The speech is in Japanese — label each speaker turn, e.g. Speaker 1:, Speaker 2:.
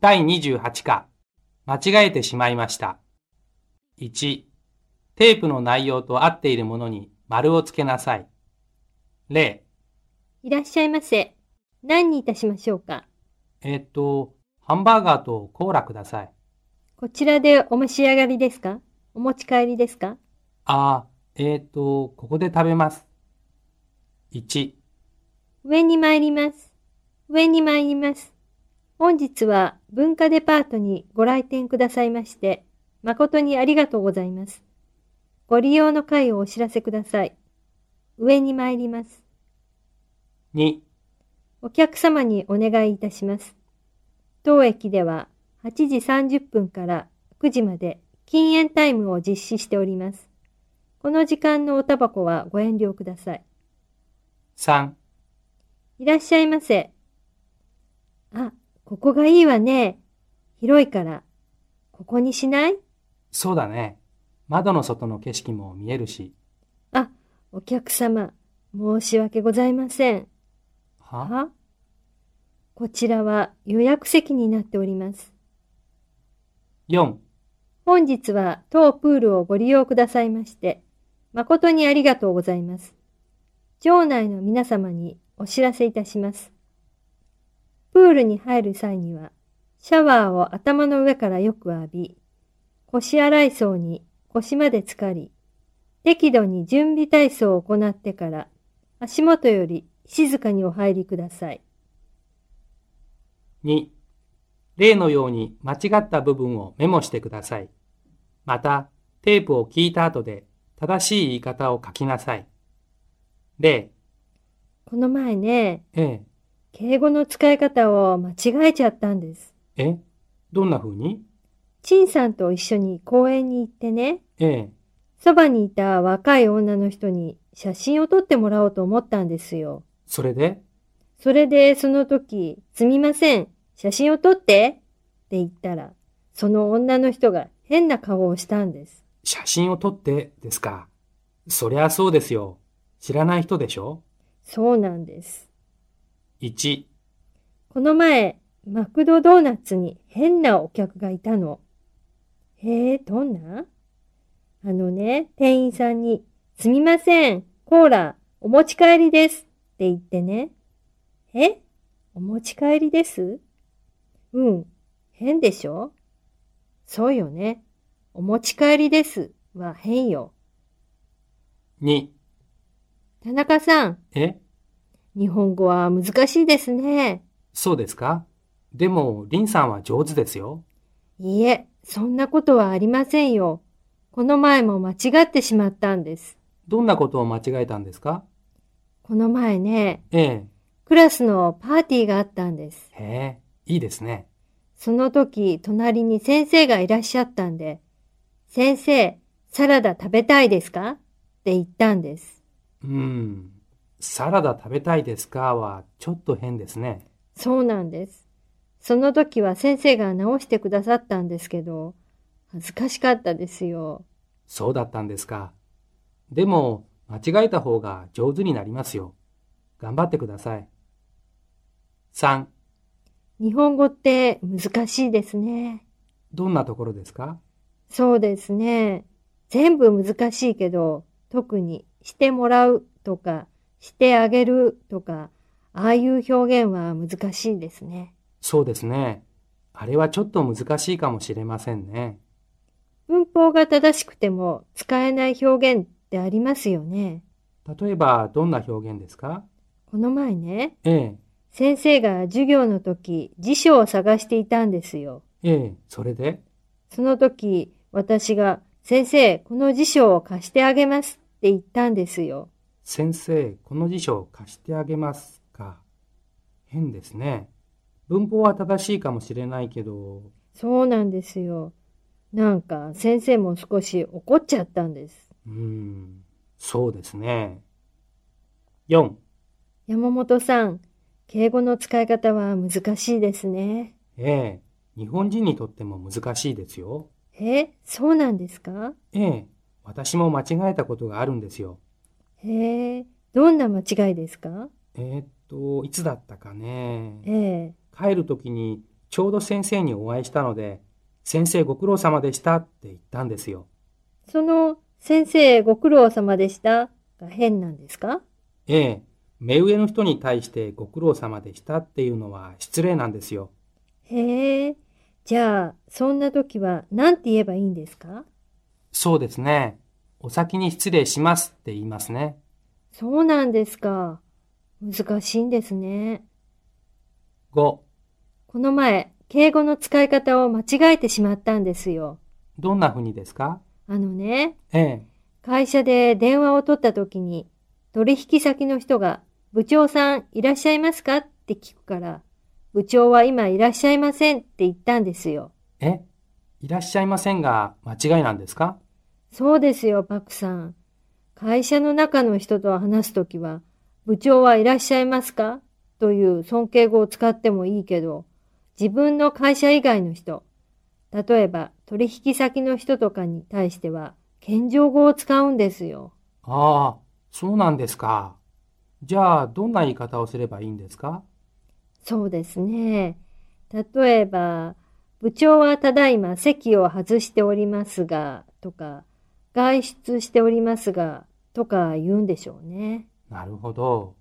Speaker 1: 第28課、間違えてしまいました。1、テープの内容と合っているものに丸をつけなさい。0、
Speaker 2: いらっしゃいませ。何にいたしましょうか。
Speaker 1: えっと、ハンバーガーとコーラください。
Speaker 2: こちらでお召し上がりですかお持ち帰りですか
Speaker 1: あー、えっと、ここで食べます。1、
Speaker 2: 上に参ります。上に参ります。本日は文化デパートにご来店くださいまして、誠にありがとうございます。ご利用の会をお知らせください。上に参ります。
Speaker 1: 2、
Speaker 2: お客様にお願いいたします。当駅では8時30分から9時まで禁煙タイムを実施しております。この時間のおタバコはご遠慮ください。
Speaker 1: 3、
Speaker 2: いらっしゃいませ。あ、ここがいいわね。広いから。ここにしない
Speaker 1: そうだね。窓の外の景色も見えるし。
Speaker 2: あ、お客様、申し訳ございません。
Speaker 1: は
Speaker 2: あこちらは予約席になっております。
Speaker 1: ?4、
Speaker 2: 本日は当プールをご利用くださいまして、誠にありがとうございます。場内の皆様にお知らせいたします。プールに入る際には、シャワーを頭の上からよく浴び、腰洗い槽に腰まで浸かり、適度に準備体操を行ってから、足元より静かにお入りください。
Speaker 1: 2、例のように間違った部分をメモしてください。また、テープを聞いた後で正しい言い方を書きなさい。例、
Speaker 2: この前ね、
Speaker 1: え、
Speaker 2: 敬語の使い方を間違えちゃったんです。
Speaker 1: え、どんな風に
Speaker 2: 陳さんと一緒に公園に行ってね、
Speaker 1: ええ、
Speaker 2: そばにいた若い女の人に写真を撮ってもらおうと思ったんですよ。
Speaker 1: それで、
Speaker 2: それでその時、すみません、写真を撮ってって言ったら、その女の人が変な顔をしたんです。
Speaker 1: 写真を撮ってですか。そりゃそうですよ。知らない人でしょ
Speaker 2: そうなんです。
Speaker 1: ?1、
Speaker 2: この前、マクドドーナツに変なお客がいたの。へえ、どんなあのね、店員さんに、すみません、コーラ、お持ち帰りですって言ってね。えお持ち帰りですうん、変でしょそうよね。お持ち帰りですは変よ。
Speaker 1: 2、
Speaker 2: 田中さん、
Speaker 1: え、
Speaker 2: 日本語は難しいですね。
Speaker 1: そうですかでも、リンさんは上手ですよ。
Speaker 2: いいえ、そんなことはありませんよ。この前も間違ってしまったんです。
Speaker 1: どんなことを間違えたんですか
Speaker 2: この前ね、
Speaker 1: ええ、
Speaker 2: クラスのパーティーがあったんです。
Speaker 1: へえ、いいですね。
Speaker 2: その時、隣に先生がいらっしゃったんで、先生、サラダ食べたいですかって言ったんです。
Speaker 1: うん。サラダ食べたいですかはちょっと変ですね。
Speaker 2: そうなんです。その時は先生が直してくださったんですけど、恥ずかしかったですよ。
Speaker 1: そうだったんですか。でも、間違えた方が上手になりますよ。頑張ってください。3、
Speaker 2: 日本語って難しいですね。
Speaker 1: どんなところですか
Speaker 2: そうですね。全部難しいけど、特にしてもらうとか、してあげるとか、ああいう表現は難しいですね。
Speaker 1: そうですね。あれはちょっと難しいかもしれませんね。
Speaker 2: 文法が正しくても使えない表現ってありますよね。
Speaker 1: 例えば、どんな表現ですか
Speaker 2: この前ね、
Speaker 1: ええ、
Speaker 2: 先生が授業の時、辞書を探していたんですよ。
Speaker 1: ええ、それで
Speaker 2: その時、私が、先生、この辞書を貸してあげますって言ったんですよ。
Speaker 1: 先生、この辞書を貸してあげますか。変ですね。文法は正しいかもしれないけど、
Speaker 2: そうなんですよ。なんか先生も少し怒っちゃったんです。
Speaker 1: うーん、そうですね。4、
Speaker 2: 山本さん、敬語の使い方は難しいですね。
Speaker 1: ええ、日本人にとっても難しいですよ。
Speaker 2: え、そうなんですか
Speaker 1: ええ、私も間違えたことがあるんですよ。
Speaker 2: へえ、どんな間違いですか
Speaker 1: えーっと、いつだったかね。
Speaker 2: ええ、
Speaker 1: 帰るときにちょうど先生にお会いしたので、先生ご苦労様でしたって言ったんですよ。
Speaker 2: その、先生ご苦労様でしたが変なんですか
Speaker 1: ええ、目上の人に対してご苦労様でしたっていうのは失礼なんですよ。
Speaker 2: へえ。じゃあ、そんな時は何て言えばいいんですか
Speaker 1: そうですね。お先に失礼しますって言いますね。
Speaker 2: そうなんですか。難しいんですね。
Speaker 1: 5、
Speaker 2: この前、敬語の使い方を間違えてしまったんですよ。
Speaker 1: どんな風にですか
Speaker 2: あのね、
Speaker 1: ええ、
Speaker 2: 会社で電話を取った時に、取引先の人が、部長さんいらっしゃいますかって聞くから、部長は今いらっしゃいませんって言ったんですよ。
Speaker 1: え、いらっしゃいませんが、間違いなんですか
Speaker 2: そうですよ、パクさん。会社の中の人と話すときは、部長はいらっしゃいますかという尊敬語を使ってもいいけど、自分の会社以外の人、例えば取引先の人とかに対しては、謙譲語を使うんですよ。
Speaker 1: ああ、そうなんですか。じゃあ、どんな言い方をすればいいんですか
Speaker 2: そうですね。例えば、部長はただいま席を外しておりますが、とか、外出しておりますが、とか言うんでしょうね。
Speaker 1: なるほど。